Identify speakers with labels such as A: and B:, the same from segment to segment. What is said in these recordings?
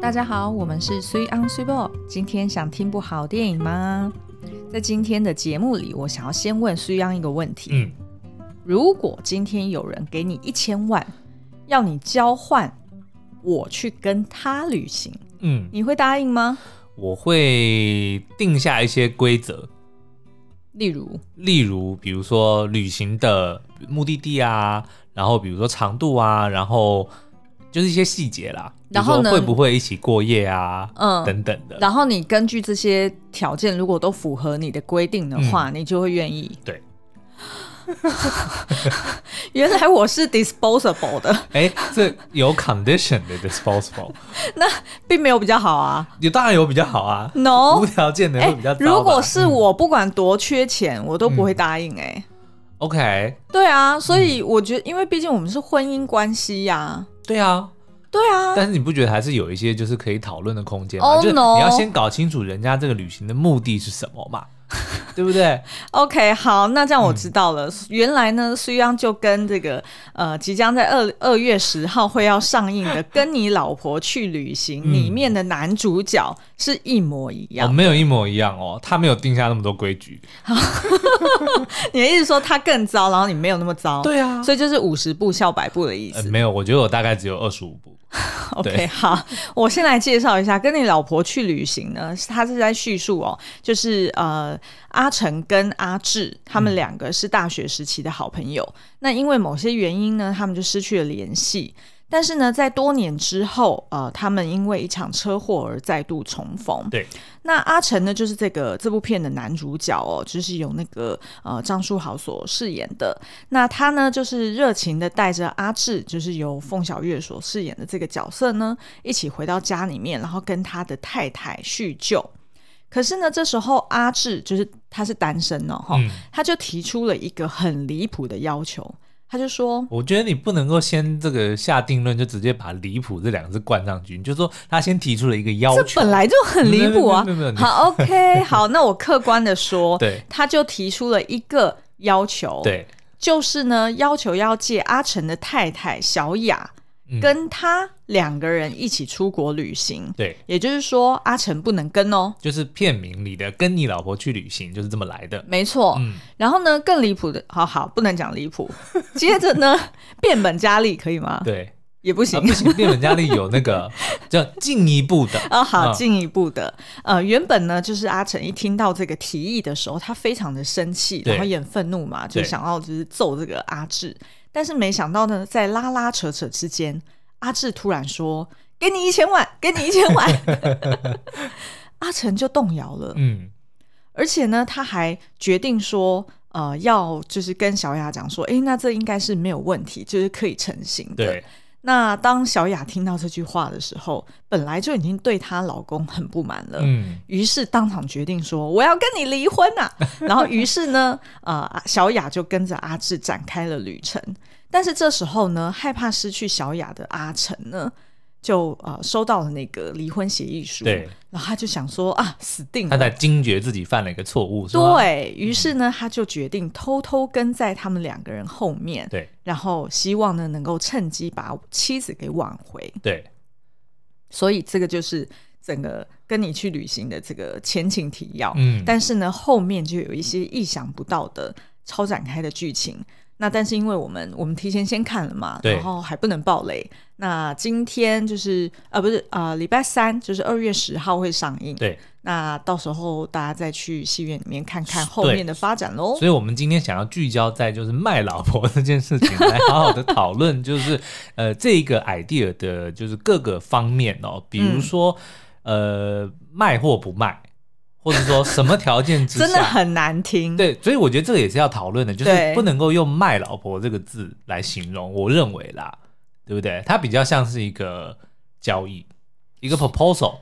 A: 大家好，我们是 Three on Three Ball。今天想听部好电影吗？在今天的节目里，我想要先问 Three on 一个问题：
B: 嗯，
A: 如果今天有人给你一千万，要你交换我去跟他旅行，
B: 嗯，
A: 你会答应吗？
B: 我会定下一些规则，
A: 例如，
B: 例如比如说旅行的目的地啊，然后比如说长度啊，然后就是一些细节啦，
A: 然后呢
B: 比如说会不会一起过夜啊，
A: 嗯
B: 等等的，
A: 然后你根据这些条件，如果都符合你的规定的话，你就会愿意。
B: 对。
A: 原来我是 disposable 的，
B: 哎、这有 condition 的 disposable，
A: 并没有比较好啊。
B: 有当然有比较好啊
A: No
B: 无条件的
A: 哎、
B: 会比较糟吧、嗯
A: 如果是我，不管多缺钱，我都不会答应、哎、
B: OK，
A: 对啊，所以我觉得，因为毕竟我们是婚姻关系呀、
B: 对啊，
A: 对啊，
B: 但是你不觉得还是有一些就是可以讨论的空间吗
A: Oh,
B: 就是你
A: no
B: 要先搞清楚人家这个旅行的目的是什么嘛，对不 对？
A: OK，好，那这样我知道了。原来呢，苏央就跟这个呃，即将在二二月十号会要上映的《跟你老婆去旅行》
B: 嗯
A: 里面的男主角是一模一
B: 哦，
A: 样。
B: 没有一模一样哦，他没有定下那么多规矩。
A: 你的意思说他更糟，然后你没有那么糟？、
B: 嗯啊
A: 哦所以就是五十步笑百步的意
B: 呃、
A: 思。
B: 没有，我觉得我大概只有二十五步。
A: OK，
B: 对
A: 好，我先来介绍一下《跟你老婆去旅行》呢，他是在叙述哦，就是呃，阿成跟阿志他们两个是大学时期的好朋友，那因为某些原因呢，他们就失去了联系。但是呢，在多年之后，呃，他们因为一场车祸而再度重逢。
B: 对，
A: 那阿成呢，就是这个这部片的男主角哦，就是由那个呃张书豪所饰演的。那他呢，就是热情的带着阿志，就是由凤小岳所饰演的这个角色呢，一起回到家里面，然后跟他的太太叙旧。可是呢，这时候阿志就是他是单身哦，哈、
B: 嗯，
A: 他就提出了一个很离谱的要求，他就说，
B: 我觉得你不能够先这个下定论，就直接把“离谱”这两个字冠上去。你就说他先提出了一个要
A: 这
B: 求，
A: 本来就很离谱啊
B: 没有没有没有没。有
A: 好，OK，好，那我客观的说，
B: 对
A: 他就提出了一个要求，，
B: 对，
A: 就是呢，要求要借阿成的太太小雅、
B: 嗯
A: 跟他两个人一起出国旅行，
B: 对，
A: 也就是说，阿成不能跟哦。
B: 就是片名里的“跟你老婆去旅行”就是这么来的。
A: 没错，
B: 嗯
A: 然后呢，更离谱的，好好不能讲离谱。接着呢， 变本加厉可以吗？
B: 对，
A: 也不行，
B: 啊、不 行，变本加厉有那个叫进一步的。
A: 哦，好，
B: 嗯
A: 进一步的，呃，原本呢，就是阿成一听到这个提议的时候，他非常的生气，
B: 对
A: 然后也很愤怒嘛，就
B: 对
A: 想要就是揍这个阿志。但是没想到呢，在拉拉扯扯之间，阿志突然说：“给你一千万，给你一千万。” 阿成就动摇了，
B: 嗯，
A: 而且呢，他还决定说，呃，要就是跟小雅讲说，诶，那这应该是没有问题，就是可以成型的。
B: 对，
A: 那当小雅听到这句话的时候，本来就已经对她老公很不满了。
B: 嗯，
A: 于是当场决定说：“我要跟你离婚啊！” 然后，于是呢，呃，小雅就跟着阿志展开了旅程。但是这时候呢，害怕失去小雅的阿成呢，就呃收到了那个离婚协议书，
B: 对，
A: 然后他就想说啊，死定
B: 他
A: 了，
B: 才惊觉自己犯了一个错误，是吗？
A: 对于是呢，他就决定偷偷跟在他们两个人后面，
B: 对
A: 然后希望呢能够趁机把妻子给挽回。
B: 对
A: 所以这个就是整个跟你去旅行的这个前情提要。
B: 嗯
A: 但是呢，后面就有一些意想不到的超展开的剧情。那但是因为我们我们提前先看了嘛，
B: 对
A: 然后还不能爆雷。那今天就是呃不是呃礼拜三就是二月十号会上映，
B: 对，
A: 那到时候大家再去戏院里面看看
B: 是
A: 后面的发展喽
B: 所。以我们今天想要聚焦在就是卖老婆这件事情，来好好的讨论，就是呃这个 idea 的就是各个方面哦，比如说、
A: 嗯
B: 呃卖或不卖，或者说什么条件之 下，
A: 真的很难听，
B: 对，所以我觉得这个也是要讨论的，就是
A: 对
B: 不能够用“卖老婆”这个字来形容，我认为啦，对不对？它比较像是一个交易，一个 proposal。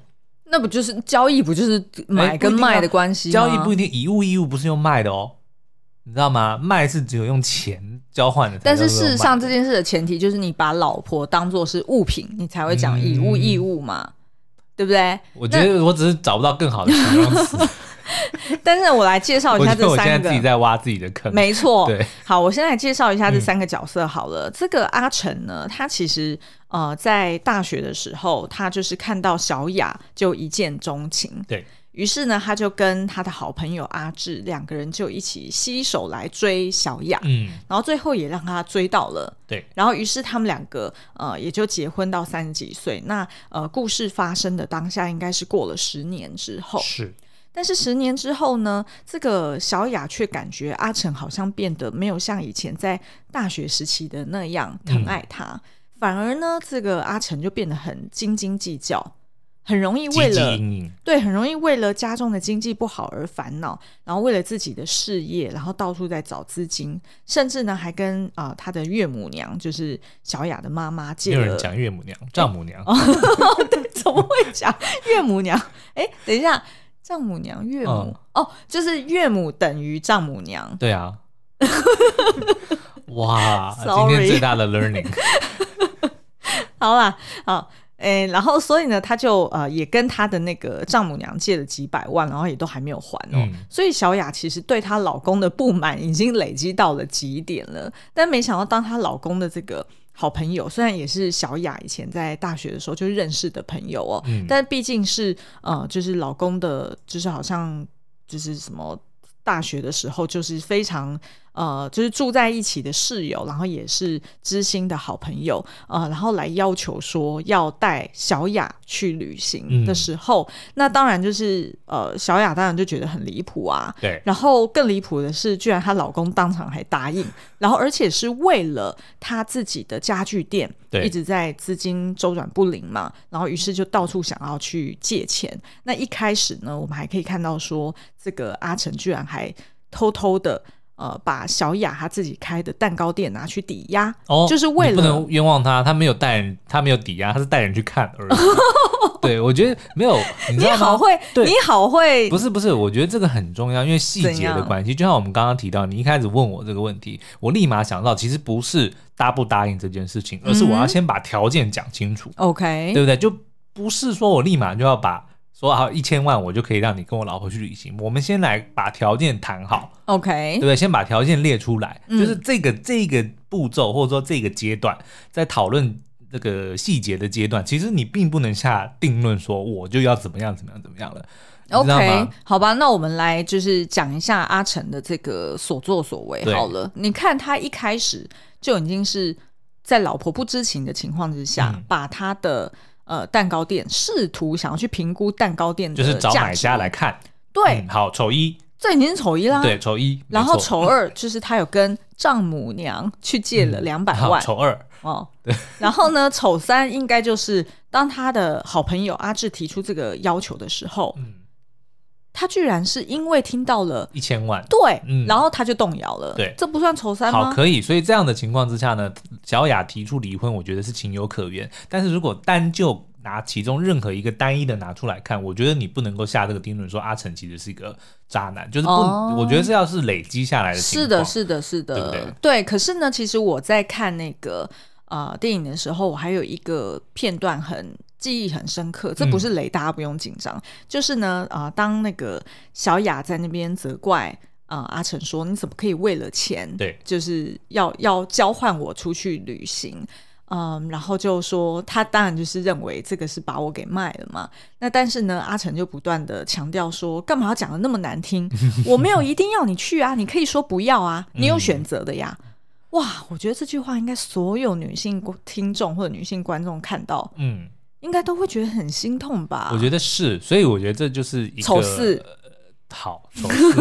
A: 那不就是交易，不就是买
B: 哎不一
A: 跟
B: 定啊
A: 卖的关系吗？
B: 交易不一定，以物易物不是用卖的哦，你知道吗？卖是只有用钱交换的才
A: 但
B: 叫做
A: 是
B: 卖的。
A: 事实上，这件事的前提就是你把老婆当做是物品，你才会
B: 嗯
A: 讲以物易物嘛，对不对？
B: 我觉得我只是找不到更好的形容词。
A: 但是我来介绍一
B: 我
A: 下
B: 觉
A: 这
B: 得我现在
A: 三个
B: 自己。在挖自己的坑。
A: 没错，
B: 对，嗯
A: 好，我先来介绍一下这三个角色好了。这个阿成呢，他其实呃在大学的时候，他就是看到小雅就一见钟情，
B: 对
A: 于是呢，他就跟他的好朋友阿志两个人就一起携手来追小雅，
B: 嗯，
A: 然后最后也让他追到了。
B: 对，
A: 然后，于是他们两个呃也就结婚到三十几岁。那呃，故事发生的当下应该是过了十年之后，
B: 是，
A: 但是十年之后呢，这个小雅却感觉阿成好像变得没有像以前在大学时期的那样疼爱他，反而呢，这个阿成就变得很斤斤计较，很容易为
B: 积
A: 了
B: 极阴影，
A: 对，很容易为了家中的经济不好而烦恼，然后为了自己的事业，然后到处在找资金，甚至呢还跟啊、呃他的岳母娘，就是小雅的妈妈
B: 没
A: 借
B: 有
A: 了
B: 人。讲岳母娘、丈母
A: 哦
B: 娘，
A: 怎么会讲岳母娘？哎，等一下，丈母娘、岳母
B: 嗯
A: 哦就是岳母等于丈母娘。
B: 对啊。 哇，今
A: Sorry
B: 天最大的 learning，
A: 好啦，好。哎，然后所以呢，他就呃也跟他的那个丈母娘借了几百万，然后也都还没有还哦。
B: 嗯
A: 所以小雅其实对她老公的不满已经累积到了极点了，但没想到当她老公的这个好朋友，虽然也是小雅以前在大学的时候就认识的朋友哦，
B: 嗯
A: 但毕竟是呃，就是老公的，就是好像就是什么。大学的时候就是非常呃，就是住在一起的室友，然后也是知心的好朋友，呃，然后来要求说要带小雅去旅行的
B: 嗯
A: 时候，那当然就是呃，小雅当然就觉得很离谱啊。
B: 对，
A: 然后更离谱的是，居然她老公当场还答应，然后而且是为了她自己的家具店
B: 对
A: 一直在资金周转不灵嘛，然后于是就到处想要去借钱。那一开始呢，我们还可以看到说，这个阿成居然还偷偷的。呃，把小雅她自己开的蛋糕店拿去抵押，
B: 哦，
A: 就是为
B: 你不
A: 了
B: 能冤枉他，他没有带人，他没有抵押，他是带人去看 而已。对，我觉得没有，你知
A: 你
B: 道吗
A: 好会，
B: 对
A: 你好会，
B: 不是不是，我觉得这个很重要，因为细
A: 怎
B: 节
A: 样
B: 的关系。就像我们刚刚提到，你一开始问我这个问题，我立马想到，其实不是答不答应这件事情，而是我
A: 嗯
B: 要先把条件讲清楚，
A: OK，
B: 对不对？就不是说我立马就要把说好一千万，我就可以让你跟我老婆去旅行。我们先来把条件谈好，对
A: OK，
B: 不对？先把条件列出来，
A: 嗯
B: 就是这个这个步骤或者说这个阶段，在讨论这个细节的阶段，其实你并不能下定论说我就要怎么样怎么样怎么样了。你知道吗
A: OK，好吧，那我们来就是讲一下阿成的这个所作所为
B: 对
A: 好了。你看他一开始就已经是在老婆不知情的情况之下，
B: 嗯
A: 把他的呃蛋糕店试图想要去评估蛋糕店的
B: 就是找
A: 价
B: 买
A: 值
B: 家来，看。
A: 对，
B: 嗯好，丑一，
A: 这已经是丑一啦。
B: 对，，丑一，
A: 然后
B: 没错
A: 丑二就是他有跟丈母娘去借了
B: 嗯
A: 两百
B: 好
A: 万，
B: 丑二，
A: 哦， 然后呢，丑三应该就是当他的好朋友阿志提出这个要求的时候，
B: 嗯，
A: 他居然是因为听到了
B: 一千万，
A: 对，啊
B: 嗯
A: 然后他就动摇了。
B: 对
A: 这不算丑三
B: 好，
A: 吗？
B: 可以。所以这样的情况之下呢，小雅提出离婚，我觉得是情有可原。但是如果单就拿其中任何一个单一的拿出来看，我觉得你不能够下这个定论说阿成其实是一个渣男，就是不，
A: 哦
B: 我觉得这要是累积下来的情
A: 是
B: 况，
A: 的，是的，是的，
B: 对不对
A: 可是呢，其实我在看那个呃电影的时候，我还有一个片段很记忆很深刻，这不是雷，大家不用紧张。就是呢，啊、当那个小雅在那边责怪。啊、阿成说：“你怎么可以为了钱，
B: 对
A: 就是要要交换我出去旅行？”嗯，然后就说他当然就是认为这个是把我给卖了嘛。那但是呢，阿成就不断的强调说，干嘛要讲的那么难听？ 我没有一定要你去啊，你可以说不要啊，你有选择的呀。哇，我觉得这句话应该所有女性听众或者女性观众看到，
B: 嗯，
A: 应该都会觉得很心痛吧？
B: 我觉得是，所以我觉得这就是一个
A: 丑事
B: 呃好，丑事。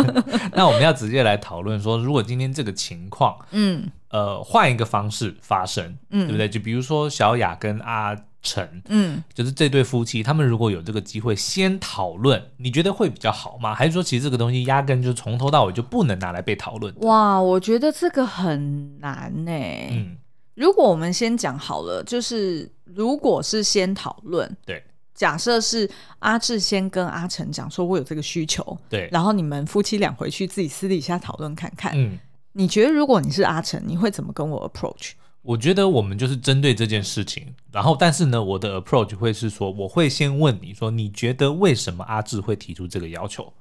B: 那我们要直接来讨论说，如果今天这个情况，
A: 嗯
B: 呃，换一个方式发生，
A: 嗯，
B: 对不对？就比如说小雅跟阿成，
A: 嗯，
B: 就是这对夫妻，他们如果有这个机会先讨论，你觉得会比较好吗？还是说其实这个东西压根就从头到尾就不能拿来被讨论？
A: 哇，我觉得这个很难呢、
B: 嗯，
A: 如果我们先讲好了，就是如果是先讨论，
B: 对
A: 假设是阿志先跟阿成讲说，我有这个需求，
B: 对，
A: 然后你们夫妻俩回去自己私底下讨论看看。
B: 嗯，
A: 你觉得如果你是阿成，你会怎么跟我 approach？
B: 我觉得我们就是针对这件事情，然后但是呢，我的 approach 会是说，我会先问你说，你觉得为什么阿志会提出这个要求？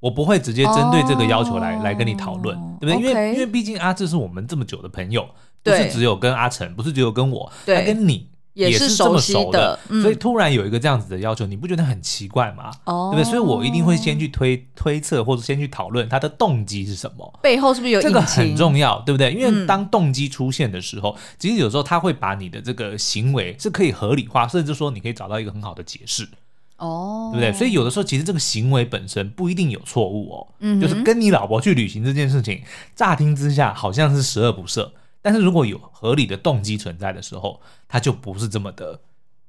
B: 我不会直接针对这个要求来、
A: 哦
B: 来跟你讨论，对不对？因
A: OK
B: 为因为毕竟阿志是我们这么久的朋友，不
A: 对
B: 是只有跟阿成，不是只有跟我，
A: 对
B: 他跟你
A: 也是
B: 是这么
A: 熟悉
B: 熟
A: 的嗯
B: 所以突然有一个这样子的要求，你不觉得很奇怪吗？
A: 哦
B: 对不对？所以我一定会先去推推测，或者先去讨论他的动机是什么。
A: 背后是不是有
B: 这个
A: 隐情
B: 很重要，对不对？因
A: 嗯
B: 为当动机出现的时候，其实有时候他会把你的这个行为是可以合理化，甚至说你可以找到一个很好的解释，对
A: 哦，
B: 不对？所以有的时候其实这个行为本身不一定有错误哦，
A: 嗯哼
B: 就是跟你老婆去旅行这件事情，乍听之下好像是十恶不赦，但是如果有合理的动机存在的时候，它就不是这么的，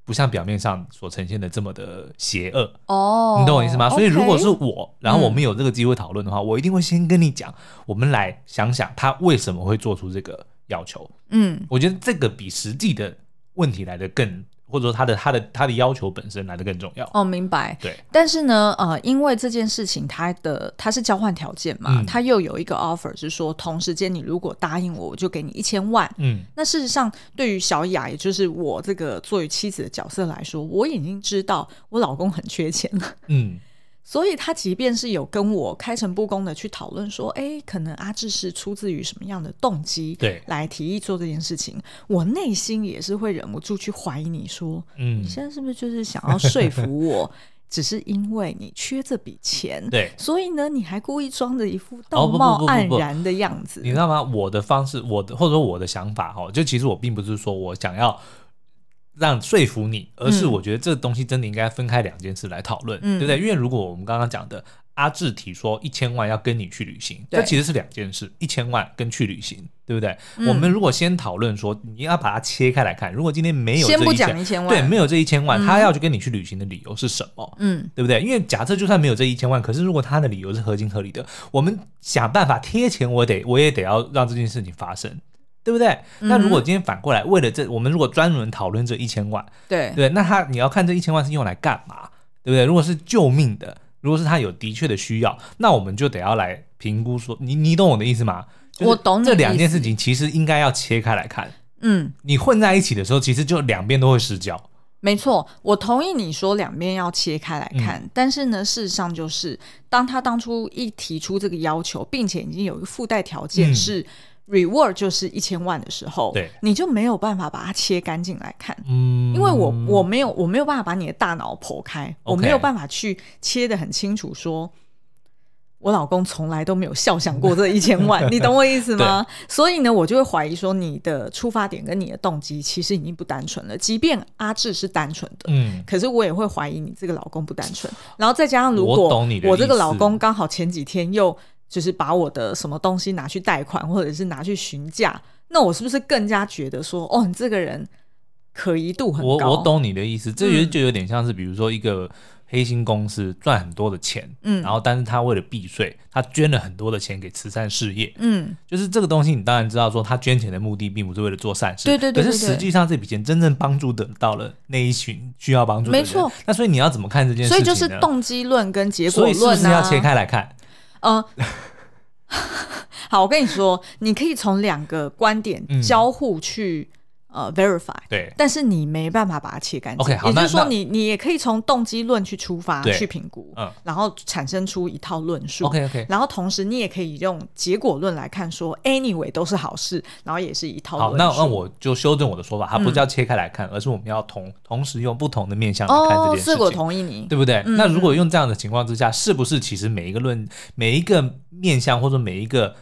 B: 不像表面上所呈现的这么的邪恶。
A: 哦，
B: 你懂我意思吗？所以如果是我，然后
A: 嗯
B: 我们有这个机会讨论的话，我一定会先跟你讲，我们来想想他为什么会做出这个要求。
A: 嗯
B: 我觉得这个比实际的问题来的更，或者说他的他的他的要求本身来的更重要。
A: 哦明白。
B: 对，
A: 但是呢，呃，因为这件事情，它的它是交换条件嘛，
B: 嗯
A: 它又有一个 offer 是说，同时间你如果答应我，我就给你一千万。
B: 嗯，
A: 那事实上，对于小雅，也就是我这个作为妻子的角色来说，我已经知道我老公很缺钱了，
B: 嗯，
A: 所以他即便是有跟我开诚布公的去讨论说，哎，可能阿志是出自于什么样的动机，
B: 对
A: 来提议做这件事情，我内心也是会忍不住去怀疑你说，
B: 嗯
A: 你，现在是不是就是想要说服我， 只是因为你缺这笔钱，
B: 对。
A: 所以呢，你还故意装着一副
B: 哦
A: 道
B: 不不
A: 貌
B: 不不
A: 岸
B: 不
A: 然的样子，
B: 你知道吗？我的方式，我的或者说我的想法哦，就其实我并不是说我想要让说服你，而是
A: 嗯
B: 我觉得这个东西真的应该分开两件事来讨论，
A: 嗯
B: 对不对？因为如果我们刚刚讲的阿志提说一千万要跟你去旅行，
A: 对
B: 这其实是两件事，一千万跟去旅行，对不对？
A: 嗯
B: 我们如果先讨论说你要把它切开来看，如果今天没有这
A: 先不
B: 一
A: 讲
B: 千，
A: 一千
B: 对，
A: 万，
B: 没有这一千万，
A: 嗯
B: 他要去跟你去旅行的理由是什么？
A: 嗯，
B: 对不对？因为假设就算没有这一千万，可是如果他的理由是合情合理的，我们想办法贴钱，我得我也得要让这件事情发生，对不对？
A: 嗯
B: 那如果今天反过来，为了这，我们如果专门讨论这一千万，
A: 对，
B: 对，那他你要看这一千万是用来干嘛，对不对？如果是救命的，如果是他有的确的需要，那我们就得要来评估说，你你懂我的意思吗？就是
A: 我懂你的
B: 这两件
A: 意思
B: 事情其实应该要切开来看，
A: 嗯。
B: 你混在一起的时候，其实就两边都会失焦。
A: 没错，我同意你说两边要切开
B: 嗯
A: 来看，但是呢，事实上就是，当他当初一提出这个要求，并且已经有一个附带条件
B: 嗯
A: 是 reward 就是一千万的时候，
B: 对
A: 你就没有办法把它切干净来看，
B: 嗯，
A: 因为我我没有我没有办法把你的大脑剖开，我
B: OK
A: 没有办法去切得很清楚说。我老公从来都没有笑想过这一千万，你懂我意思吗？所以呢，我就会怀疑说，你的出发点跟你的动机其实已经不单纯了。即便阿志是单纯的，
B: 嗯。
A: 可是我也会怀疑你这个老公不单纯。然后再加上，如
B: 我
A: 果
B: 懂你的意思
A: 我这个老公刚好前几天又就是把我的什么东西拿去贷款，或者是拿去询价，那我是不是更加觉得说，哦，你这个人可疑度很
B: 我
A: 高？
B: 我，懂你的意思，这有
A: 嗯
B: 就有点像是，比如说一个黑心公司赚很多的钱，
A: 嗯
B: 然后但是他为了避税，他捐了很多的钱给慈善事业。
A: 嗯，
B: 就是这个东西，你当然知道，说他捐钱的目的并不是为了做善事，
A: 对对对
B: 可
A: 对
B: 是
A: 对
B: 实际上这笔钱真正帮助的到了那一群需要帮助的人。
A: 没错。
B: 那所以你要怎么看这件事
A: 所
B: 情
A: 以就
B: 呢？
A: 是动机论跟结果
B: 所以是不
A: 论
B: 是
A: 啊
B: 要，切开来看？
A: 呃。 好，我跟你说，你可以从两个观点
B: 嗯
A: 交互去、呃 verify，
B: 对
A: 但是你没办法把它切干净。
B: OK，好
A: 也就是
B: 那
A: 说
B: 那
A: 你，你也可以从动机论去出发
B: 对
A: 去评估，
B: 嗯
A: 然后产生出一套论述。
B: ，OK OK。
A: 然后同时你也可以用结果论来看说，anyway 都是好事，然后也是一套
B: 好，
A: 论
B: 那
A: 述。
B: 那我就修正我的说法，它
A: 嗯
B: 不是要切开来看，而是我们要同同时用不同的面向来看这
A: 哦，
B: 件事情。
A: 是我同意你。
B: 对不对？
A: 嗯
B: 那如果用这样的情况之下，是不是其实每一个论、每一个面向或者每一个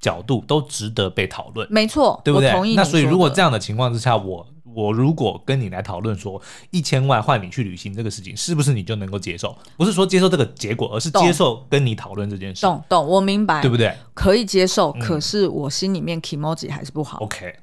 B: 角度都值得被讨论，
A: 没错，
B: 对不对
A: 嗯我同意？你
B: 那所以
A: 说
B: 如果
A: 的
B: 这样的情况之下，我我如果跟你来讨论说一千万换你去旅行这个事情，是不是你就能够接受？不是说接受这个结果，而是
A: 懂
B: 接受跟你讨论这件事，
A: 懂懂，我明白，
B: 对不对
A: 可以接受，
B: 嗯哦
A: 可是我心里面 emoji 还是不好。
B: ？OK，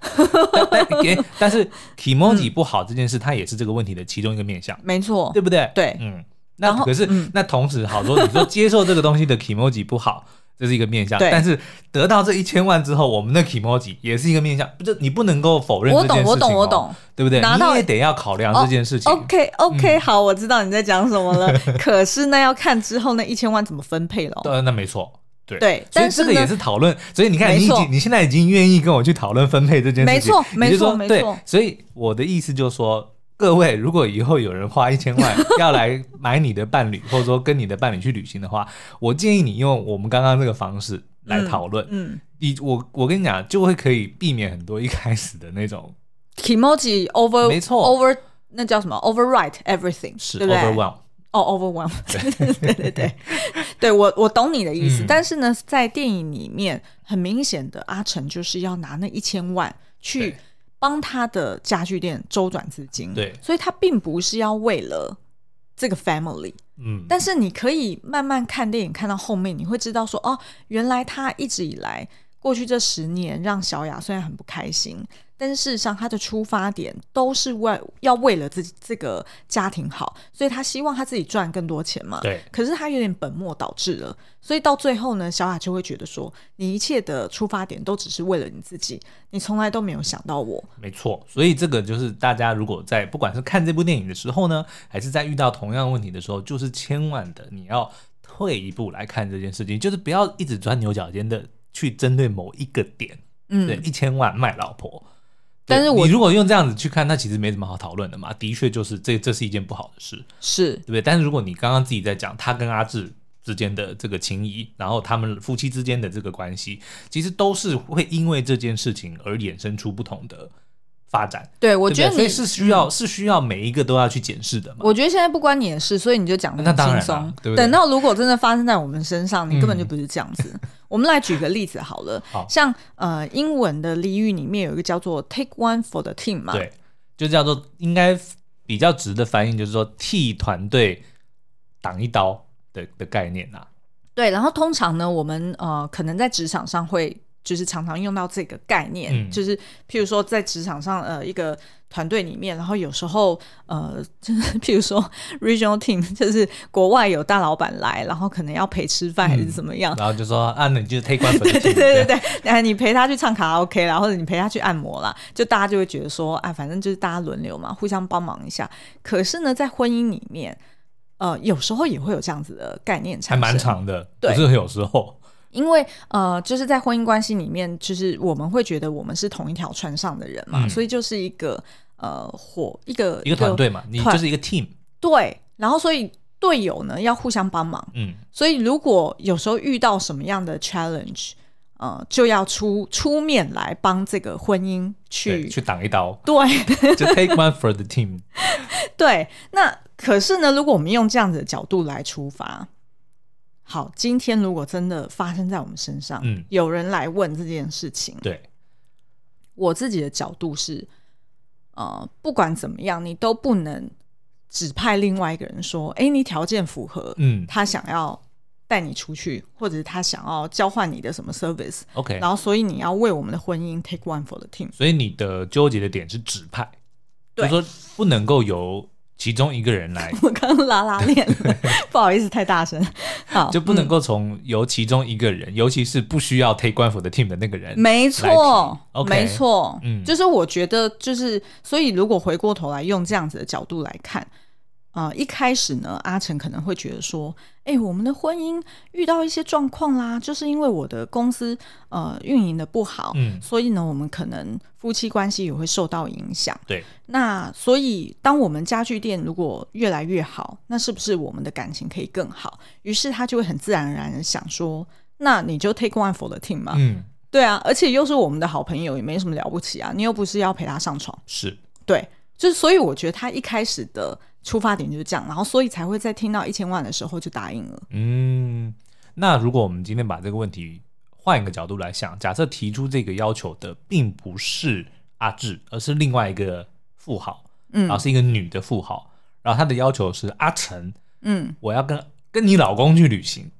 B: 但 但给 但
A: 嗯
B: 是 k i m o j i 不好这件事，它也是这个问题的其中一个面向，
A: 没错，
B: 对不对？
A: 对，
B: 嗯，
A: 然
B: 那
A: 后
B: 可是、
A: 嗯
B: 那同时好说，你说接受这个东西的 emoji 不好，这是一个面向，
A: 对
B: 但是得到这一千万之后，我们的 emoji 也是一个面向，不是你不能够否认
A: 我
B: 这
A: 懂
B: 件事情、哦，
A: 我懂我懂，
B: 对不对？
A: 拿到哦
B: 你也得要考量这件事情。
A: OK
B: 嗯
A: OK，、好，我知道你在讲什么 了。可是那要看之后那一千万怎么分配了。
B: 呃对，那没错，对
A: 对
B: 所
A: 但
B: 以
A: 是
B: 这
A: 呢
B: 个也是讨论，所以你看，
A: 没
B: 你已
A: 错
B: 经你现在已经愿意跟我去讨论分配这件事情，
A: 没错
B: 也就是
A: 没错
B: 说
A: 没
B: 对
A: 错
B: 所以我的意思就是说，各位，如果以后有人花一千万 要来买你的伴侣，或者说跟你的伴侣去旅行的话，我建议你用我们刚刚这个方式来讨论。
A: 嗯
B: 你我我跟你讲，就会可以避免很多一开始的那种
A: k i m o j i over
B: 没错
A: over 那叫什么 overwrite everything，
B: 是
A: 对不对
B: overwhelm。
A: 哦、o v e r w h e l m 对对对，对我我懂你的意思、
B: 嗯
A: 但是呢，在电影里面很明显的，阿成就是要拿那一千万去
B: 对
A: 帮他的家具店周转资金，
B: 对
A: 所以他并不是要为了这个 family，
B: 嗯，
A: 但是你可以慢慢看电影，看到后面你会知道说，哦，原来他一直以来过去这十年让小雅虽然很不开心，但是事实上他的出发点都是为要为了自己这个家庭好，所以他希望他自己赚更多钱嘛。
B: 对
A: 可是他有点本末倒置了，所以到最后呢，小雅就会觉得说，你一切的出发点都只是为了你自己，你从来都没有想到我。
B: 没错，所以这个就是大家如果在不管是看这部电影的时候呢，还是在遇到同样问题的时候，就是千万的你要退一步来看这件事情，就是不要一直钻牛角尖的去针对某一个点，对，
A: 嗯，
B: 一千万卖老婆。对
A: 但是我
B: 你如果用这样子去看，那其实没什么好讨论的嘛。的确，就是这这是一件不好的事，
A: 是
B: 对不对？但是如果你刚刚自己在讲他跟阿志之间的这个情谊，然后他们夫妻之间的这个关系，其实都是会因为这件事情而衍生出不同的发展。
A: 对，我
B: 对不
A: 觉
B: 对
A: 得
B: 所
A: 你
B: 以是需要、是需要每一个都要去检视的嘛。
A: 我觉得现在不关你的事，所以你就讲的
B: 那
A: 很
B: 当然
A: 轻
B: 啦
A: 松。
B: 对不对
A: 等到如果真的发生在我们身上，你根本
B: 嗯
A: 就不是这样子。 我们来举个例子好了，
B: 好
A: 像呃英文的俚语里面有一个叫做 “take one for the team” 嘛，
B: 对，就叫做应该比较直的翻译，就是说替团队挡一刀的的概念啊。
A: 对，然后通常呢，我们呃可能在职场上会就是常常用到这个概念，
B: 嗯
A: 就是譬如说在职场上呃一个团队里面，然后有时候呃 就是譬如说 regional team，就是国外有大老板来，然后可能要陪吃饭
B: 嗯
A: 还是怎么样，
B: 然后就说啊，那你就 take one for the team
A: 对对对对，哎，你陪他去唱卡拉 OK 啦，或者你陪他去按摩啦，就大家就会觉得说，啊，反正就是大家轮流嘛，互相帮忙一下。可是呢，在婚姻里面，呃，有时候也会有这样子的概念产
B: 还
A: 生，
B: 蛮长的，不
A: 对
B: 是有时候，
A: 因为呃，就是在婚姻关系里面，就是我们会觉得我们是同一条船上的人嘛，
B: 嗯
A: 所以就是一个呃伙一个
B: 一个团队嘛，你
A: 团
B: 就是一个 team，
A: 对，然后所以队友呢要互相帮忙。
B: 嗯，
A: 所以如果有时候遇到什么样的 challenge，呃，就要出出面来帮这个婚姻
B: 对，
A: 去
B: 去挡一刀，
A: 对
B: 就 take one for the team，
A: 对。那可是呢，如果我们用这样子的角度来出发，好，今天如果真的发生在我们身上，
B: 嗯
A: 有人来问这件事情，
B: 对，
A: 我自己的角度是，呃，不管怎么样，你都不能指派另外一个人说，哎，你条件符合，
B: 嗯
A: 他想要带你出去，或者是他想要交换你的什么 service，
B: ，OK，
A: 然后所以你要为我们的婚姻 take one for the team。
B: 所以你的纠结的点是指派，就
A: 对哦
B: 是说不能够由其中一个人来，
A: 我刚刚拉拉链了，不好意思，太大声。好，
B: 就不能够从由其中一个人，尤其是不需要 take one for the team 的那个人，
A: 没错
B: OK
A: 没错，
B: 嗯
A: 就是我觉得就是，所以如果回过头来用这样子的角度来看，呃，一开始呢，阿成可能会觉得说，哎、我们的婚姻遇到一些状况啦，就是因为我的公司呃运营的不好，
B: 嗯
A: 所以呢，我们可能夫妻关系也会受到影响。
B: 对，
A: 那所以，当我们家具店如果越来越好，那是不是我们的感情可以更好？于是他就会很自然而然的想说，那你就 take one for the team 嘛。
B: 嗯，
A: 对啊，而且又是我们的好朋友，也没什么了不起啊。你又不是要陪他上床，
B: 是，
A: 对，就是所以我觉得他一开始的出发点就是这样，然后所以才会在听到一千万的时候就答应了。
B: 嗯，那如果我们今天把这个问题换一个角度来想，假设提出这个要求的并不是阿志，而是另外一个富豪，
A: 嗯
B: 然后是一个女的富豪，然后她的要求是阿成，
A: 嗯，
B: 我要跟跟你老公去旅行，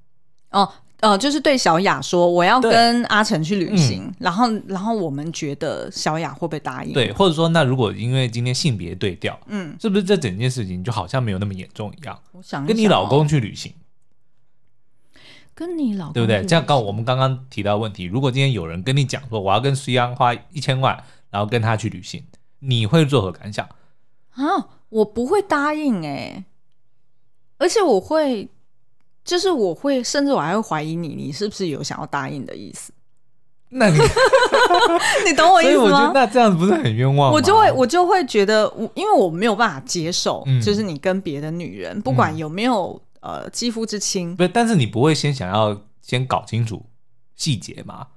A: 哦。呃，就是对小雅说，我要
B: 对嗯
A: 跟阿成去旅行，然后，然后我们觉得小雅会不会答应？，
B: 对，或者说那如果因为今天性别对调，
A: 嗯，
B: 是不是这整件事情就好像没有那么严重一样？
A: 我想一
B: 跟你
A: 想
B: 老
A: 哦，
B: 公去旅行，
A: 跟你老公，
B: 对不对？这样刚我们刚刚提到的问题，如果今天有人跟你讲说我要跟苏央花一千万，然后跟他去旅行，你会作何 感想？
A: 啊，我不会答应哎、而且我会，就是我会，甚至我还会怀疑你，你是不是有想要答应的意思？啊
B: 那你，
A: 你懂我意
B: 所以
A: 思
B: 我觉得
A: 吗？
B: 那这样子不是很啊冤枉吗？
A: 我就会我就会觉得，我因为我没有办法接受，
B: 嗯
A: 就是你跟别的女人，不管有没有、呃肌肤之亲，
B: 不是，但是你不会先想要先搞清楚细节吗？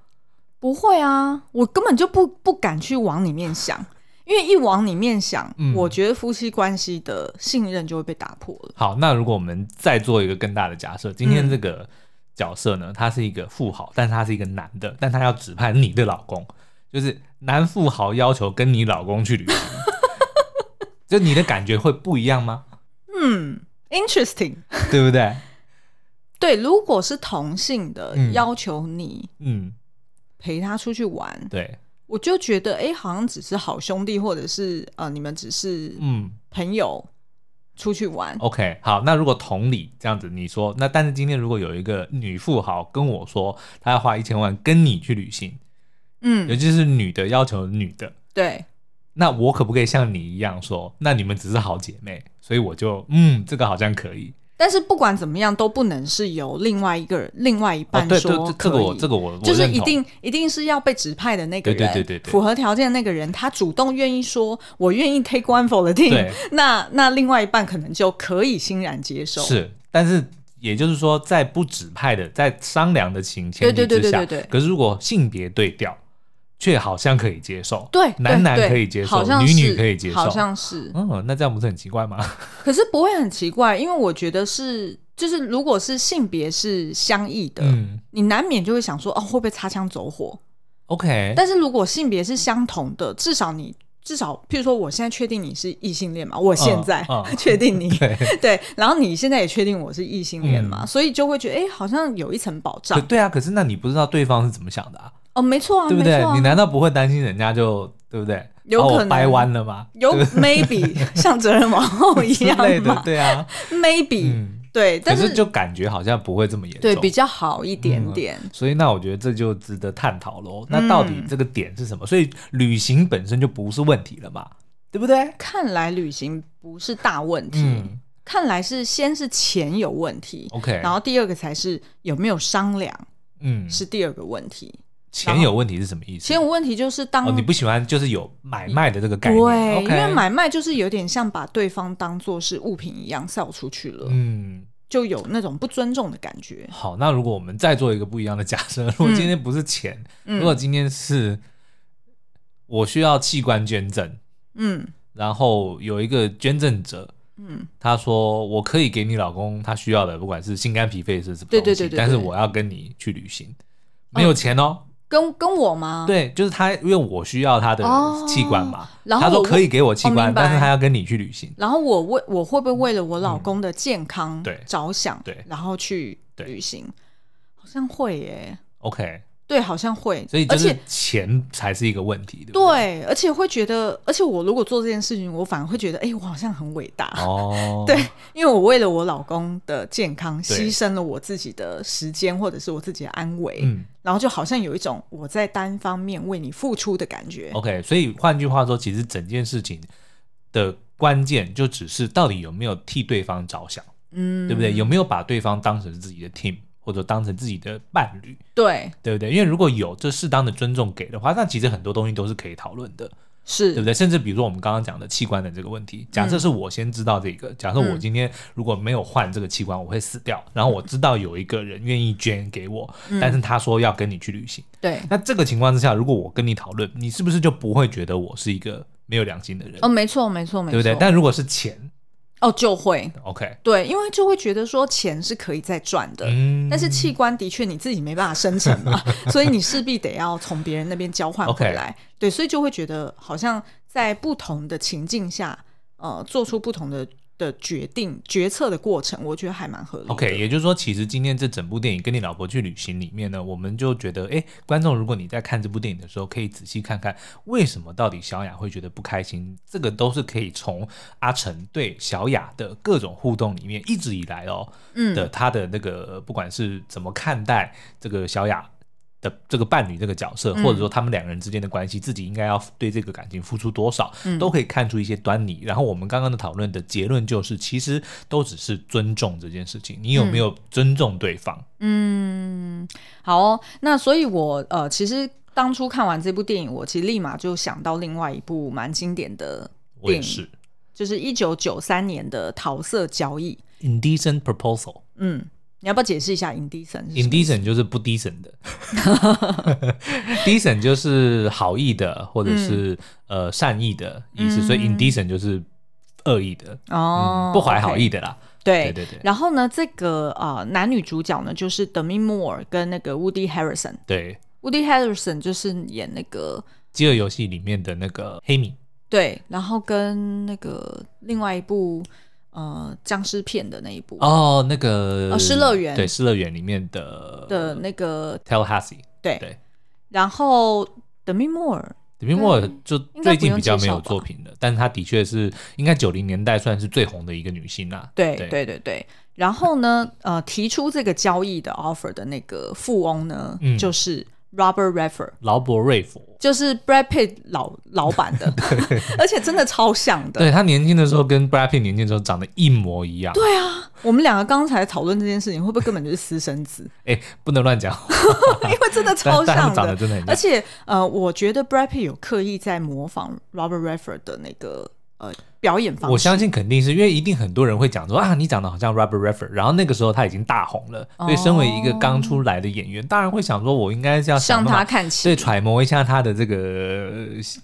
A: 不会啊，我根本就不不敢去往里面 想，因为一往里面想，
B: 嗯
A: 我觉得夫妻关系的信任就会被打破了。
B: 好，那如果我们再做一个更大的假设，今天这个角色呢，他是一个富豪，但是他是一个男的，但他要指派你的老公，就是男富豪要求跟你老公去旅行，就你的感觉会不一样吗？
A: 嗯，interesting。
B: 对不对？
A: 对，如果是同性的、
B: 嗯
A: 要求你
B: 嗯，
A: 陪他出去玩，
B: 对，
A: 我就觉得哎、诶好像只是好兄弟，或者是呃，你们只是
B: 嗯哦
A: 朋友出去玩。
B: ，OK，好，那如果同理这样子，你说，那但是今天如果有一个女富豪跟我说，她要花一千万跟你去旅行，尤
A: 嗯，
B: 其是女的要求女的，
A: 对，
B: 那我可不可以像你一样说，那你们只是好姐妹，所以我就嗯，这个好像可以。
A: 但是不管怎么样，都不能是由另外一个人、另外一
B: 哦
A: 半，
B: 对对，
A: 说可以、
B: 这这个我这个我
A: 就
B: 我
A: 是
B: 认
A: 一
B: 同。
A: 定一定是要被指派的那个人，
B: 对对对对对
A: 符合条件的那个人，他主动愿意说“我愿意 take one for the team”，
B: 对
A: 那那另外一半可能就可以欣然接受。
B: 是，但是也就是说，在不指派的，在商量的情前提之
A: 对
B: 下，
A: 对对对对对
B: 可是如果性别对调，却好像可以接受，
A: 对，对
B: 男男
A: 对
B: 可以接受
A: 好，像
B: 女女
A: 是
B: 可以接受
A: 好，像是。
B: 嗯，那这样不是很奇怪吗？
A: 可是不会很奇怪，因为我觉得是，就是如果是性别是相异的，
B: 嗯
A: 你难免就会想说，哦，会不会擦枪走火？
B: ，OK，
A: 但是如果性别是相同的，至少你至少，譬如说，我现在确定你是异性恋嘛，我现在、
B: 嗯嗯
A: 确定你
B: 对嗯
A: 对，然后你现在也确定我是异性恋嘛，所以就会觉得，哎，好像有一层保障
B: 可。对啊，可是那你不知道对方是怎么想的啊，
A: 哦，没错啊，
B: 对不
A: 没
B: 对？
A: 错
B: 你
A: 啊。
B: 难道不会担心人家就对不对？
A: 有
B: 把我
A: 可能
B: 掰弯了吗？
A: 有 maybe 像责任王后一
B: 之
A: 样
B: 类的
A: 嘛，
B: 对啊，
A: ，maybe、
B: 嗯，
A: 对，
B: 可
A: 但
B: 是就感觉好像不会这么严重，
A: 对比较好一点
B: 嗯
A: 点。
B: 所以那我觉得这就值得探讨喽。
A: 嗯
B: 那到底这个点是什么？所以旅行本身就不是问题了嘛，对不对？
A: 看来旅行不是大问题，
B: 嗯
A: 看来是先是钱有问题
B: ，OK，
A: 然后第二个才是有没有商量
B: 嗯，
A: 是第二个问题。
B: 钱有问题是什么意思？
A: 钱有问题就是当、
B: 哦，你不喜欢就是有买卖的这个概念
A: 对，因
B: ，OK，
A: 为买卖就是有点像把对方当做是物品一样扫出去了，
B: 嗯。
A: 就有那种不尊重的感觉。
B: 好，那如果我们再做一个不一样的假设，如
A: 嗯
B: 果今天不是钱，如果今天是我需要器官捐赠，
A: 嗯，
B: 然后有一个捐赠者，
A: 嗯，
B: 他说我可以给你老公他需要的，不管是心肝脾肺是什么
A: 对
B: 东西，
A: 对对对
B: 但是
A: 对
B: 我要跟你去旅行，没有钱哦，
A: 跟跟我吗？，
B: 对，就是他因为我需要他的
A: 哦
B: 器官嘛，
A: 然后
B: 他说
A: 我
B: 可以给我器
A: 哦
B: 官，
A: 明白
B: 但是他要跟你去旅行，
A: 然后我为我会不会为了我老公的健康
B: 嗯对
A: 着想，
B: 对
A: 然后去
B: 对
A: 旅行？好像会耶，
B: ，OK，
A: 对，好像会。
B: 所以就
A: 而且
B: 是钱才是一个问题，对不对？
A: 对，而且会觉得，而且我如果做这件事情，我反而会觉得，哎、我好像很伟大，
B: 哦，
A: 对因为我为了我老公的健康，
B: 对
A: 牺牲了我自己的时间或者是我自己的安危，
B: 嗯
A: 然后就好像有一种我在单方面为你付出的感觉。
B: ，OK，所以换句话说，其实整件事情的关键就只是到底有没有替对方着想。
A: 嗯，
B: 对不对？有没有把对方当成自己的 team，或者当成自己的伴侣，
A: 对，
B: 对不对？因为如果有这适当的尊重给的话，那其实很多东西都是可以讨论的，
A: 是，
B: 对不对？甚至比如说我们刚刚讲的器官的这个问
A: 嗯
B: 题，假设是我先知道这个，假设我今天如果没有换这个器官，我会死掉。然后我知道有一个人愿意捐给我，
A: 嗯
B: 但是他说要跟你去旅行。
A: 对，
B: 那这个情况之下，如果我跟你讨论，你是不是就不会觉得我是一个没有良心的人，
A: 哦，没错，没错，没错，
B: 对不对？但如果是钱
A: 哦，就会
B: ，OK，
A: 对，因为就会觉得说钱是可以再赚的。
B: 嗯，
A: 但是器官的确你自己没办法生成 嘛，所以你势必得要从别人那边交换回
B: OK
A: 来。对，所以就会觉得好像在不同的情境下，呃，做出不同的的决定、决策的过程，我觉得还蛮合理的。
B: OK，也就是说，其实今天这整部电影《跟你老婆去旅行》里面呢，我们就觉得，哎，观众如果你在看这部电影的时候，可以仔细看看为什么到底小雅会觉得不开心，这个都是可以从阿成对小雅的各种互动里面一直以来哦，
A: 嗯
B: 的他的那个不管是怎么看待这个小雅。的这个伴侣这个角色，
A: 嗯
B: 或者说他们两个人之间的关系，自己应该要对这个感情付出多少，
A: 嗯
B: 都可以看出一些端倪。然后我们刚刚的讨论的结论就是，其实都只是尊重这件事情，你有
A: 嗯
B: 没有尊重对方？
A: 嗯，好哦。那所以我呃，其实当初看完这部电影，我其实立马就想到另外一部蛮经典的
B: 我
A: 电
B: 也
A: 影，
B: 是
A: 就是一九九三年的《桃色交易》。
B: indecent proposal。
A: 嗯，你要不要解释一下 indecent？是什么
B: indecent 就是不 decent 的 ，decent 就是好意的或
A: 嗯
B: 者是、呃善意的意思，所以 indecent 就是恶意的，
A: 哦
B: 嗯，不怀好
A: OK
B: 意的啦。
A: 对
B: 对对对
A: 然后呢，这个呃男女主角呢，就是 Demi Moore 跟那个 Woody Harrison。
B: 对，
A: Woody Harrison 就是演那个
B: 《饥饿游戏》里面的那
A: 哦
B: 个黑米，
A: 对，然后跟那个另外一部呃僵尸片的那一部、
B: 哦，那个
A: 哦失乐园
B: 对，失乐园里面的
A: 的那个
B: Tallahassee，
A: 对，
B: 对
A: 然后 Demi Moore
B: 迪米莫尔就
A: 应该
B: 最
A: 不
B: 近
A: 用
B: 比较
A: 介
B: 没
A: 绍
B: 有
A: 吧
B: 作品了，但她的确是应该九零年代算是最红的一个女星啦。
A: 对
B: 对
A: 对对对，然后呢，呃，提出这个交易的 offer 的那个富翁呢，
B: 嗯
A: 就是 Robert Redford，
B: 劳勃瑞佛，
A: 就是 Brad Pitt 老老板 的，而且真的超像的。
B: 对她年轻的时候跟 Brad Pitt 年轻的时候长得一模一样。
A: 对啊，我们两个刚才讨论这件事情，会不会根本就是私生子？
B: 哎、不能乱讲，
A: 因为真的超
B: 但但他
A: 像
B: 们长
A: 的
B: 得。真的很
A: 而
B: 像。
A: 且，呃，我觉得 Brad Pitt 有刻意在模仿 Robert Redford 的那个呃表演方式。
B: 我相信肯定是因为一定很多人会讲说啊，你长得好像 Robert Redford，然后那个时候他已经大红了，
A: 哦
B: 所以身为一个刚出来的演员，当然会想说，我应该是要想
A: 向
B: 办法
A: 他看齐。
B: 对揣摩一下他的这个呃形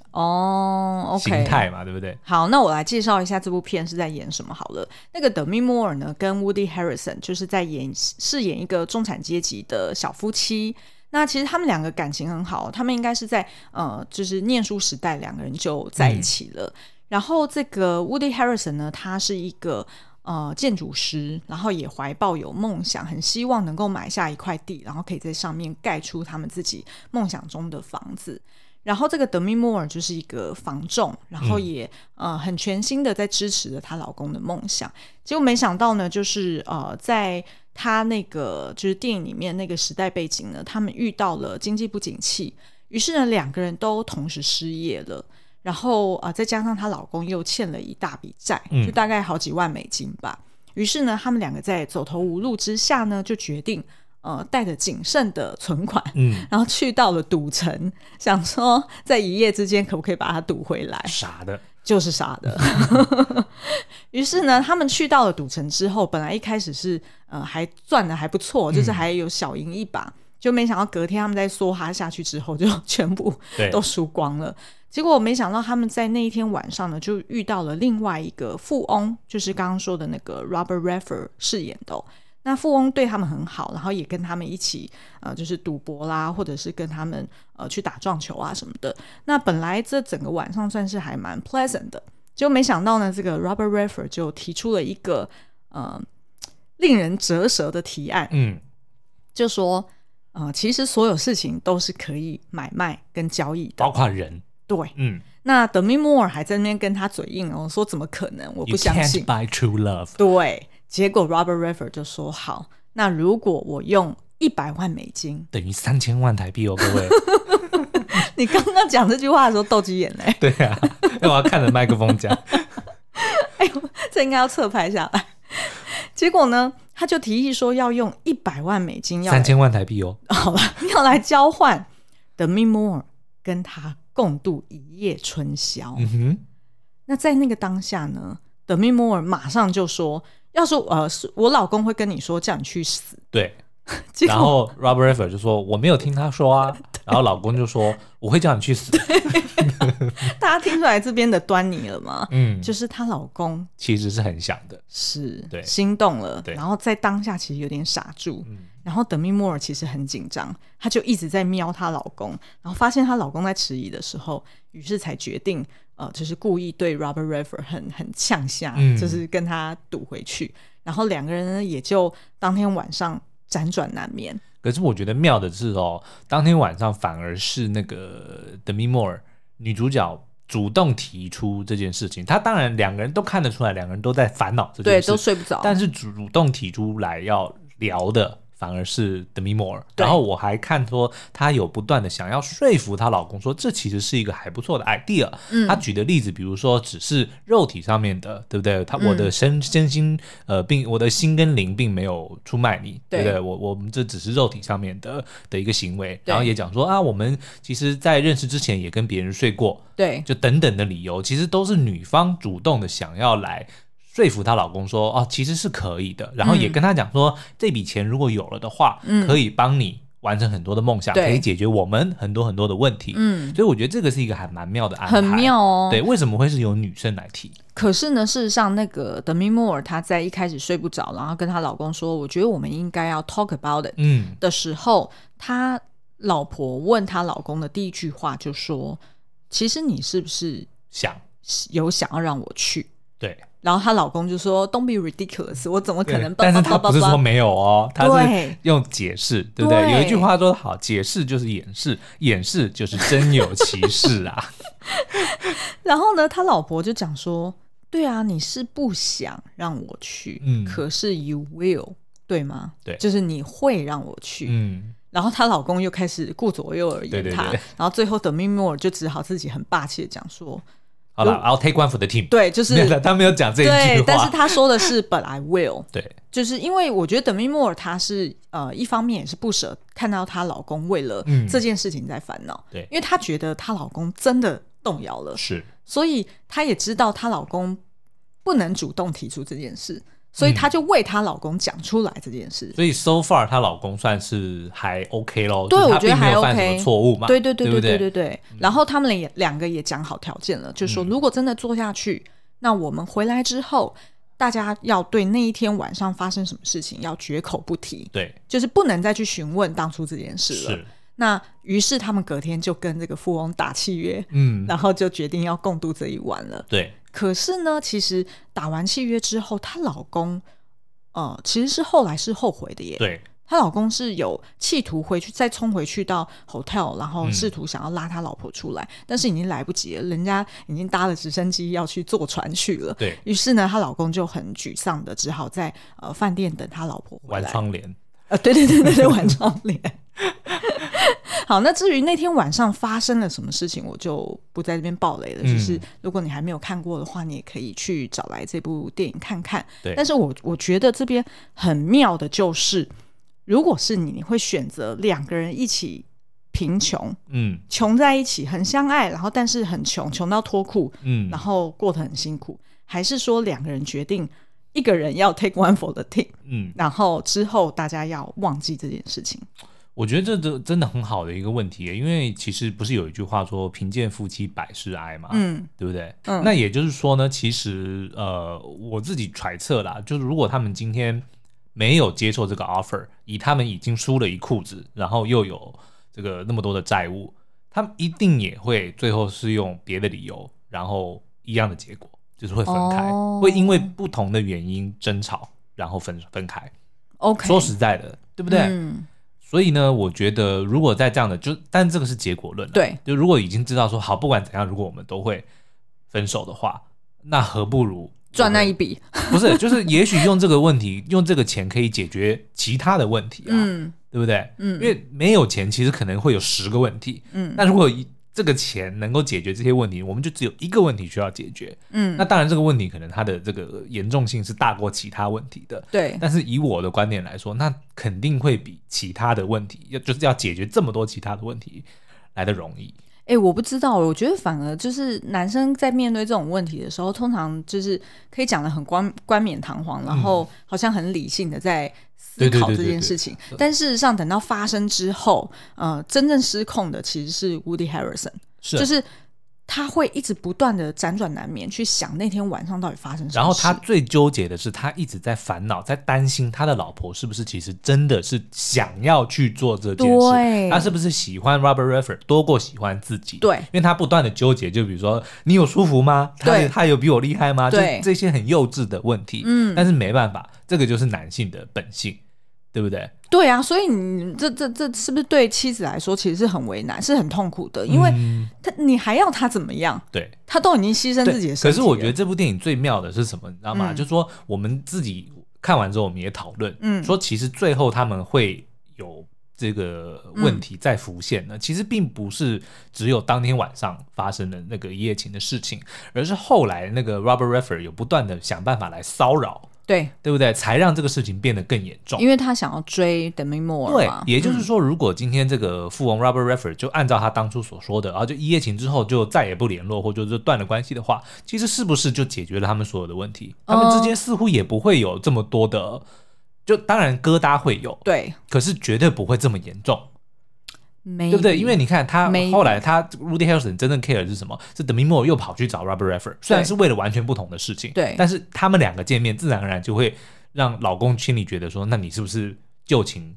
A: 哦，OK，
B: 形态嘛，对不对？
A: 好，那我来介绍一下这部片是在演什么好了。那个德米莫尔呢，跟 Woody Harrison 就是在演饰演一个中产阶级的小夫妻。那其实他们两个感情很好，他们应该是在呃，就是念书时代两个人就在一起了。然后这个 Woody Harrison 呢，他是一个呃建筑师，然后也怀抱有梦想，很希望能够买下一块地，然后可以在上面盖出他们自己梦想中的房子。然后这个德米莫尔就是一个房仲，然后也、呃很全心的在支持着她老公的梦想。结果没想到呢，就是呃在她那个就是电影里面那个时代背景呢，他们遇到了经济不景气，于是呢两个人都同时失业了。然后啊、呃再加上她老公又欠了一大笔债，
B: 嗯
A: 就大概好几万美金吧。于是呢，他们两个在走投无路之下呢，就决定呃带着仅剩的存款，
B: 嗯，
A: 然后去到了赌城，想说在一夜之间可不可以把它赌回来？
B: 傻的，
A: 就是傻的。 于是呢，他们去到了赌城之后，本来一开始是呃还赚的还不错，就是还有小赢一把，就没想到隔天他们在梭哈下去之后，就全部
B: 对
A: 都输光了。结果没想到他们在那一天晚上呢，就遇到了另外一个富翁，就是刚刚说的那个 Robert Redford 饰演的哦、那富翁对他们很好，然后也跟他们一起呃，就是赌博啦，或者是跟他们呃去打撞球啊什么的。那本来这整个晚上算是还蛮 pleasant 的，就没想到呢，这个 Robert Redford 就提出了一个呃令人折舌的提案，
B: 嗯，
A: 就说呃，其实所有事情都是可以买卖跟交易的。
B: 包括人，
A: 对，
B: 嗯，
A: 那德米莫尔还在那边跟他嘴硬哦，说怎么可能？我
B: you
A: 不相
B: can't
A: 信。
B: buy true love，
A: 对，结果 Robert Redford 就说好，那如果我用一百万美金，
B: 等于三千万台币哦，各位。
A: 你刚刚讲这句话的时候斗鸡眼嘞、
B: 对啊，因为我要看着麦克风讲，
A: 哎这应该要侧拍下来。 结果呢，他就提议说要用一百万美金 要来
B: 三千万台币哦，
A: 好了， 要来交换 Demi Moore 跟他共度一夜春宵。
B: 嗯哼，
A: 那在那个当下呢，Demi Moore 马上就说：“要是呃，是我老公会跟你说叫你去死。
B: 对。”
A: 结
B: 然
A: 果
B: 后 Robert Redford 就说我没有听他说啊，然后老公就说我会叫你去死，
A: 大家听出来这边的端倪了吗？
B: 嗯，
A: 就是她老公
B: 其实是很想的，
A: 是
B: 对
A: 心动了，
B: 对嗯
A: 然后在当下其实有点傻住，然后德米莫尔其实很紧张，她就一直在瞄她老公，然后发现她老公在迟疑的时候，于是才决定呃，就是故意对 Robert Redford 很很呛下，
B: 嗯
A: 就是跟他赌回去，然后两个人呢也就当天晚上辗转难眠，
B: 可是我觉得妙的是哦，当天晚上反而是那个 Demi Moore 女主角主动提出这件事情，她当然两个人都看得出来，两个人都在烦恼这件
A: 对，
B: 事，
A: 都睡不着，
B: 但是主动提出来要聊的反而是 Demi Moore，
A: 对
B: 然后我还看说她有不断的想要说服她老公说这其实是一个还不错的 idea。
A: 嗯
B: 她举的例子，比如说只是肉体上面的，对不对？她我
A: 嗯
B: 的身身心呃并我的心跟灵并没有出卖你，
A: 对
B: 对不对？我我们这只是肉体上面的的一个行为，
A: 对
B: 然后也讲说啊，我们其实在认识之前也跟别人睡过，
A: 对
B: 就等等的理由，其实都是女方主动的想要来说服她老公说，哦，其实是可以的，然后也跟她讲说，这笔钱如果有了的话，
A: 嗯
B: 可以帮你完成很多的梦想，
A: 对
B: 可以解决我们很多很多的问题。
A: 嗯，
B: 所以我觉得这个是一个还蛮妙的安排，
A: 很、妙哦。
B: 对，为什么会是由女生来提？
A: 可是呢，事实上，那个 Demi Moore 她在一开始睡不着，然后跟她老公说：“我觉得我们应该要 talk about it。
B: 嗯”
A: 的时候，她老婆问她老公的第一句话就说：“其实你是不是
B: 想
A: 有想要让我去
B: 对，？”
A: 然后她老公就说：“Don't be ridiculous，我怎么可能？”
B: 但是她
A: 她
B: 不是说没有哦，她
A: 对
B: 是用解释，对不对？
A: 对
B: 有一句话说得好，解释就是掩饰，掩饰就是真有其事 啊。
A: 然后呢，他老婆就讲说：“对啊，你是不想让我去，
B: 嗯
A: 可是 you will，对吗？
B: 对
A: 就是你会让我去。
B: 嗯。
A: 然后她老公又开始顾左右而言
B: 对对
A: 她，
B: 对
A: 然后最后 Demi Moore 就只好自己很霸气的讲说
B: 好了，I'll take one for the team。：“
A: 对，就是
B: 没有啦，他没有讲这一句
A: 对
B: 话。，
A: 但是他说的是 But I will。”
B: 对
A: 就是因为我觉得 Demi Moore 她是呃，一方面也是不舍看到她老公为了
B: 嗯
A: 这件事情在烦恼，
B: 对
A: 因为她觉得她老公真的动摇了，
B: 是
A: 所以她也知道她老公不能主动提出这件事，所以她就为她老公讲出来这件事。
B: 嗯所以 so far 她老公算是还 OK 咯，
A: 对
B: 就是她
A: 我觉得
B: 并没有
A: 还
B: 犯什
A: OK
B: 么错误嘛，
A: 对对对
B: 对嗯
A: 对
B: 不
A: 对对对。然后他们俩也两个也讲好条件了，就说
B: 嗯
A: 如果真的做下去，那我们回来之后，大家要对那一天晚上发生什么事情要绝口不提，
B: 对
A: 就是不能再去询问当初这件事了。
B: 是
A: 那于是他们隔天就跟这个富翁打契约，
B: 嗯
A: 然后就决定要共度这一晚了。
B: 对
A: 可是呢，其实打完契约之后，她老公，呃，其实是后来是后悔的耶。
B: 对
A: 她老公是有企图回去，再冲回去到 hotel，然后
B: 嗯
A: 试图想要拉他老婆出来，但是已经来不及了，人家已经搭了直升机要去坐船去了。
B: 对
A: 于是呢，她老公就很沮丧的，只好在呃饭店等她老婆回
B: 玩
A: 来。
B: 窗帘
A: 呃，对对对对对，晚上脸。好，那至于那天晚上发生了什么事情，我就不在这边爆雷了。
B: 嗯
A: 就是如果你还没有看过的话，你也可以去找来这部电影看看。
B: 对
A: 但是我我觉得这边很妙的就是，如果是你，你会选择两个人一起贫穷，
B: 嗯
A: 穷在一起很相爱，然后但是很穷，穷到脱裤，
B: 嗯
A: 然后过得很辛苦，还是说两个人决定一个人要 take one for the team？
B: 嗯，
A: 然后之后大家要忘记这件事情。
B: 我觉得这这真的很好的一个问题耶，因为其实不是有一句话说贫贱夫妻百事哀嘛，
A: 嗯
B: 对不对？
A: 嗯
B: 那也就是说呢，其实呃，我自己揣测啦，就是如果他们今天没有接受这个 offer，以他们已经输了一裤子，然后又有这个那么多的债务，他们一定也会最后是用别的理由，然后一样的结果，就是会分开，
A: 哦
B: 会因为不同的原因争吵，然后分分开。
A: ，OK，
B: 说实在的，对不对？
A: 嗯，
B: 所以呢，我觉得如果在这样的就，但这个是结果论、啊，
A: 对，
B: 就如果已经知道说好，不管怎样，如果我们都会分手的话，那何不如
A: 赚那一笔，
B: 不是？就是也许用这个问题，用这个钱可以解决其他的问题啊，
A: 嗯
B: 对不对？
A: 嗯
B: 因为没有钱，其实可能会有十个问题。
A: 嗯
B: 那如果一这个钱能够解决这些问题，我们就只有一个问题需要解决。
A: 嗯，
B: 那当然，这个问题可能它的这个严重性是大过其他问题的。
A: 对，
B: 但是以我的观点来说，那肯定会比其他的问题，要就是要解决这么多其他的问题来的容易。
A: 哎、我不知道，我觉得反而就是男生在面对这种问题的时候，通常就是可以讲的很冠冠冕堂皇，然后好像很理性的在思
B: 对对
A: 考
B: 对
A: 这
B: 对
A: 件
B: 嗯对
A: 事情，但事实上等到发生之后，呃，真正失控的其实是 Woody Harrison，
B: 是
A: 就是。他会一直不断的辗转难眠，去想那天晚上到底发生什么事。
B: 然后他最纠结的是，他一直在烦恼，在担心他的老婆是不是其实真的是想要去做这件
A: 对
B: 事，他是不是喜欢 Robert Redford 多过喜欢自己？
A: 对
B: 因为他不断的纠结，就比如说你有舒服吗？
A: 对
B: 他他有比我厉害吗？就
A: 对
B: 这些很幼稚的问题。
A: 嗯
B: 但是没办法，这个就是男性的本性，对不对？
A: 对啊，所以你这这这是不是对妻子来说其实是很为难，是很痛苦的？因为
B: 嗯
A: 他、你还要他怎么样？
B: 对。
A: 他都已经牺牲
B: 对，
A: 自己的身
B: 可
A: 体
B: 是
A: 了
B: 我觉得这部电影最妙的是什么，你知道吗？
A: 啊嗯
B: 就是说我们自己看完之后我们也讨论，
C: 嗯
B: 说其实最后他们会有这个问题再浮现呢，
A: 嗯
B: 其实并不是只有当天晚上发生的那个一夜情的事情，而是后来那个 Robert Redford 有不断的想办法来骚扰，
C: 对，
B: 对不对？才让这个事情变得更严重
A: 因。为他想要追 Demi Moore
B: 对
A: 嘛，，嗯
B: 也就是说，如果今天这个富翁 Robert Redford 就按照他当初所说的，啊然后就一夜情之后就再也不联络，或者就断了关系的话，其实是不是就解决了他们所有的问题？他们之
A: 哦
B: 间似乎也不会有这么多的，就当然疙瘩会有，
C: 对，
B: 可是绝对不会这么严重，
A: 没
B: 对不对？因为你看他
A: Maybe
B: 后来他 Rudy Harrelson 真正 care 的是什么？是 Demi Moore 又跑去找 Robert Redford，虽然是为了完全不同的事情，
A: 对
B: 但是他们两个见面，自然而然就会让老公心里觉得说，那你是不是旧情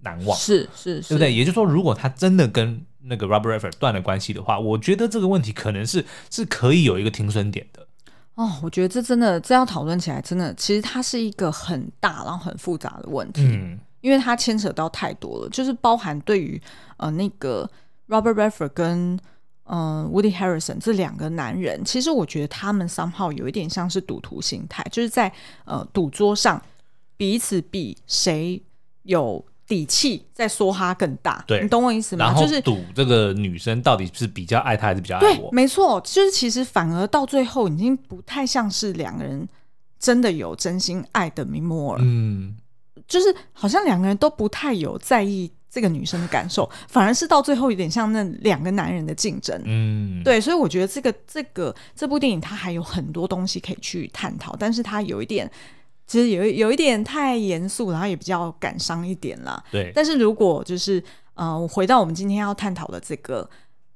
B: 难忘？
A: 是是是，
B: 对不对？？也就是说，如果他真的跟那个 Robert Redford 断了关系的话，我觉得这个问题可能是是可以有一个停损点的。
A: 哦，我觉得这真的，这要讨论起来，真的，其实它是一个很大，然后很复杂的问题，
B: 嗯，
A: 因为它牵扯到太多了，就是包含对于呃那个 Robert Redford 跟嗯、呃 Woody Harrison 这两个男人，其实我觉得他们 somehow 有一点像是赌徒心态，就是在呃赌桌上彼此比谁有底气在梭哈更大，
B: 对
A: 你懂我意思吗？
B: 然后
A: 就是
B: 赌这个女生到底是比较爱他还是比较爱
A: 对，
B: 我？
A: 没错，就是其实反而到最后已经不太像是两个人真的有真心爱的米莫尔，
B: 嗯，
A: 就是好像两个人都不太有在意这个女生的感受， 反而是到最后有点像那两个男人的竞争。
B: 嗯，
A: 对，所以我觉得这个这个这部电影它还有很多东西可以去探讨，但是它有一点，其实有一有一点太严肃，然后也比较感伤一点啦。
B: 对
A: 但是如果就是呃，我回到我们今天要探讨的这个，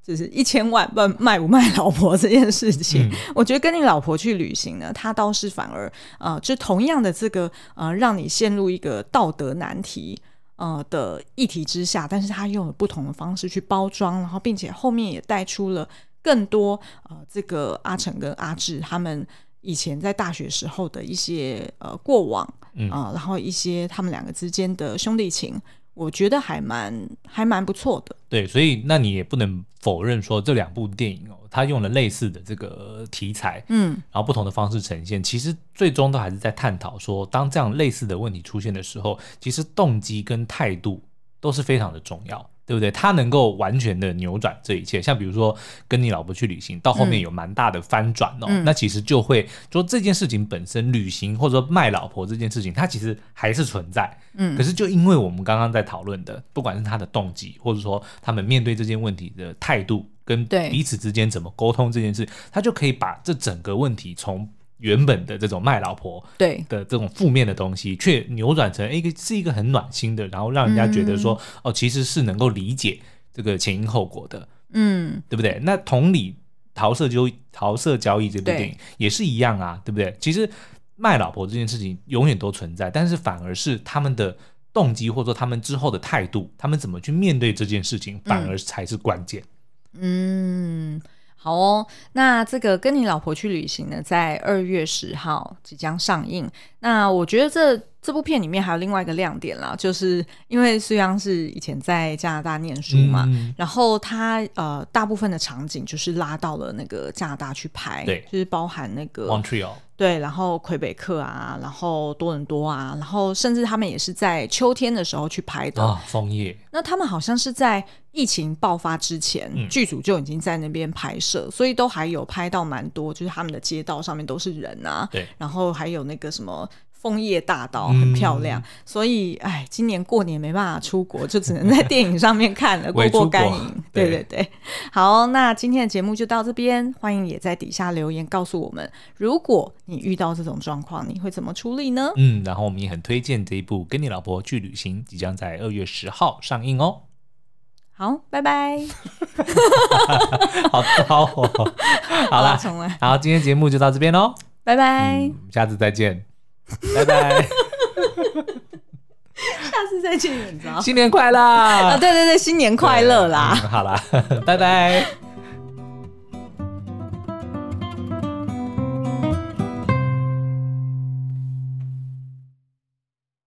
A: 就是一千万卖卖不卖老婆这件事情，
B: 嗯
A: 我觉得跟你老婆去旅行呢，她倒是反而呃，就同样的这个呃，让你陷入一个道德难题。呃的议题之下，但是她用了不同的方式去包装，然后并且后面也带出了更多呃，这个阿成跟阿志他们以前在大学时候的一些呃过往，
B: 嗯
A: 啊、然后一些他们两个之间的兄弟情，我觉得还蛮还蛮不错的。
B: 对，所以那你也不能否认说这两部电影哦，它用了类似的这个题材，
A: 嗯，
B: 然后不同的方式呈现，其实最终都还是在探讨说，当这样类似的问题出现的时候，其实动机跟态度都是非常的重要，对不对？它能够完全的扭转这一切。像比如说跟你老婆去旅行，到后面有蛮大的翻转哦，那其实就会说这件事情本身，旅行或者说卖老婆这件事情，它其实还是存在。
A: 嗯
B: 可是就因为我们刚刚在讨论的，不管是他的动机，或者说他们面对这件问题的态度，跟
A: 对
B: 彼此之间怎么沟通这件事，他就可以把这整个问题从原本的这种卖老婆
A: 对，
B: 的这种负面的东西，却扭转成诶一个是一个很暖心的，然后让人家觉得说、
A: 嗯
B: 哦，其实是能够理解这个前因后果的，
A: 嗯，
B: 对不对？那同理，《桃色交桃色交易》这部
A: 对
B: 电影也是一样啊，对不对？其实卖老婆这件事情永远都存在，但是反而是他们的动机，或者说他们之后的态度，他们怎么去面对这件事情，反而才是关键。
A: 嗯，好哦。那这个跟你老婆去旅行呢，在二月十号即将上映。那我觉得这这部片里面还有另外一个亮点啦，就是因为苏央是以前在加拿大念书嘛，
B: 嗯
A: 然后他呃大部分的场景就是拉到了那个加拿大去拍，
B: 对
A: 就是包含那个
B: Montreal，
A: 对，然后魁北克啊，然后多伦多啊，然后甚至他们也是在秋天的时候去拍的。
B: 啊，枫叶，
A: 那他们好像是在疫情爆发之前，
B: 嗯
A: 剧组就已经在那边拍摄，所以都还有拍到蛮多，就是他们的街道上面都是人啊，
B: 对，
A: 然后还有那个什么。枫叶大道
B: 嗯
A: 很漂亮，所以哎，今年过年没办法出国，就只能在电影上面看 了，过
B: 伪
A: 过
B: 出
A: 干
B: 国
A: 瘾。
B: 对
A: 对对对，好，那今天的节目就到这边，欢迎也在底下留言告诉我们，如果你遇到这种状况，你会怎么处理呢？
B: 嗯，然后我们也很推荐这一部《跟你老婆去旅行》，即将在二月十号上映哦。
A: 好，拜拜。
B: 好糟哦，好啦，
A: 重来，
B: 好，今天节目就到这边喽，
A: 拜拜，
B: 嗯，下次再见，拜拜。
A: 下次再见，你知道。
B: 新年快乐！
A: 啊，对对对，新年快乐啦！
B: 嗯好啦，拜拜。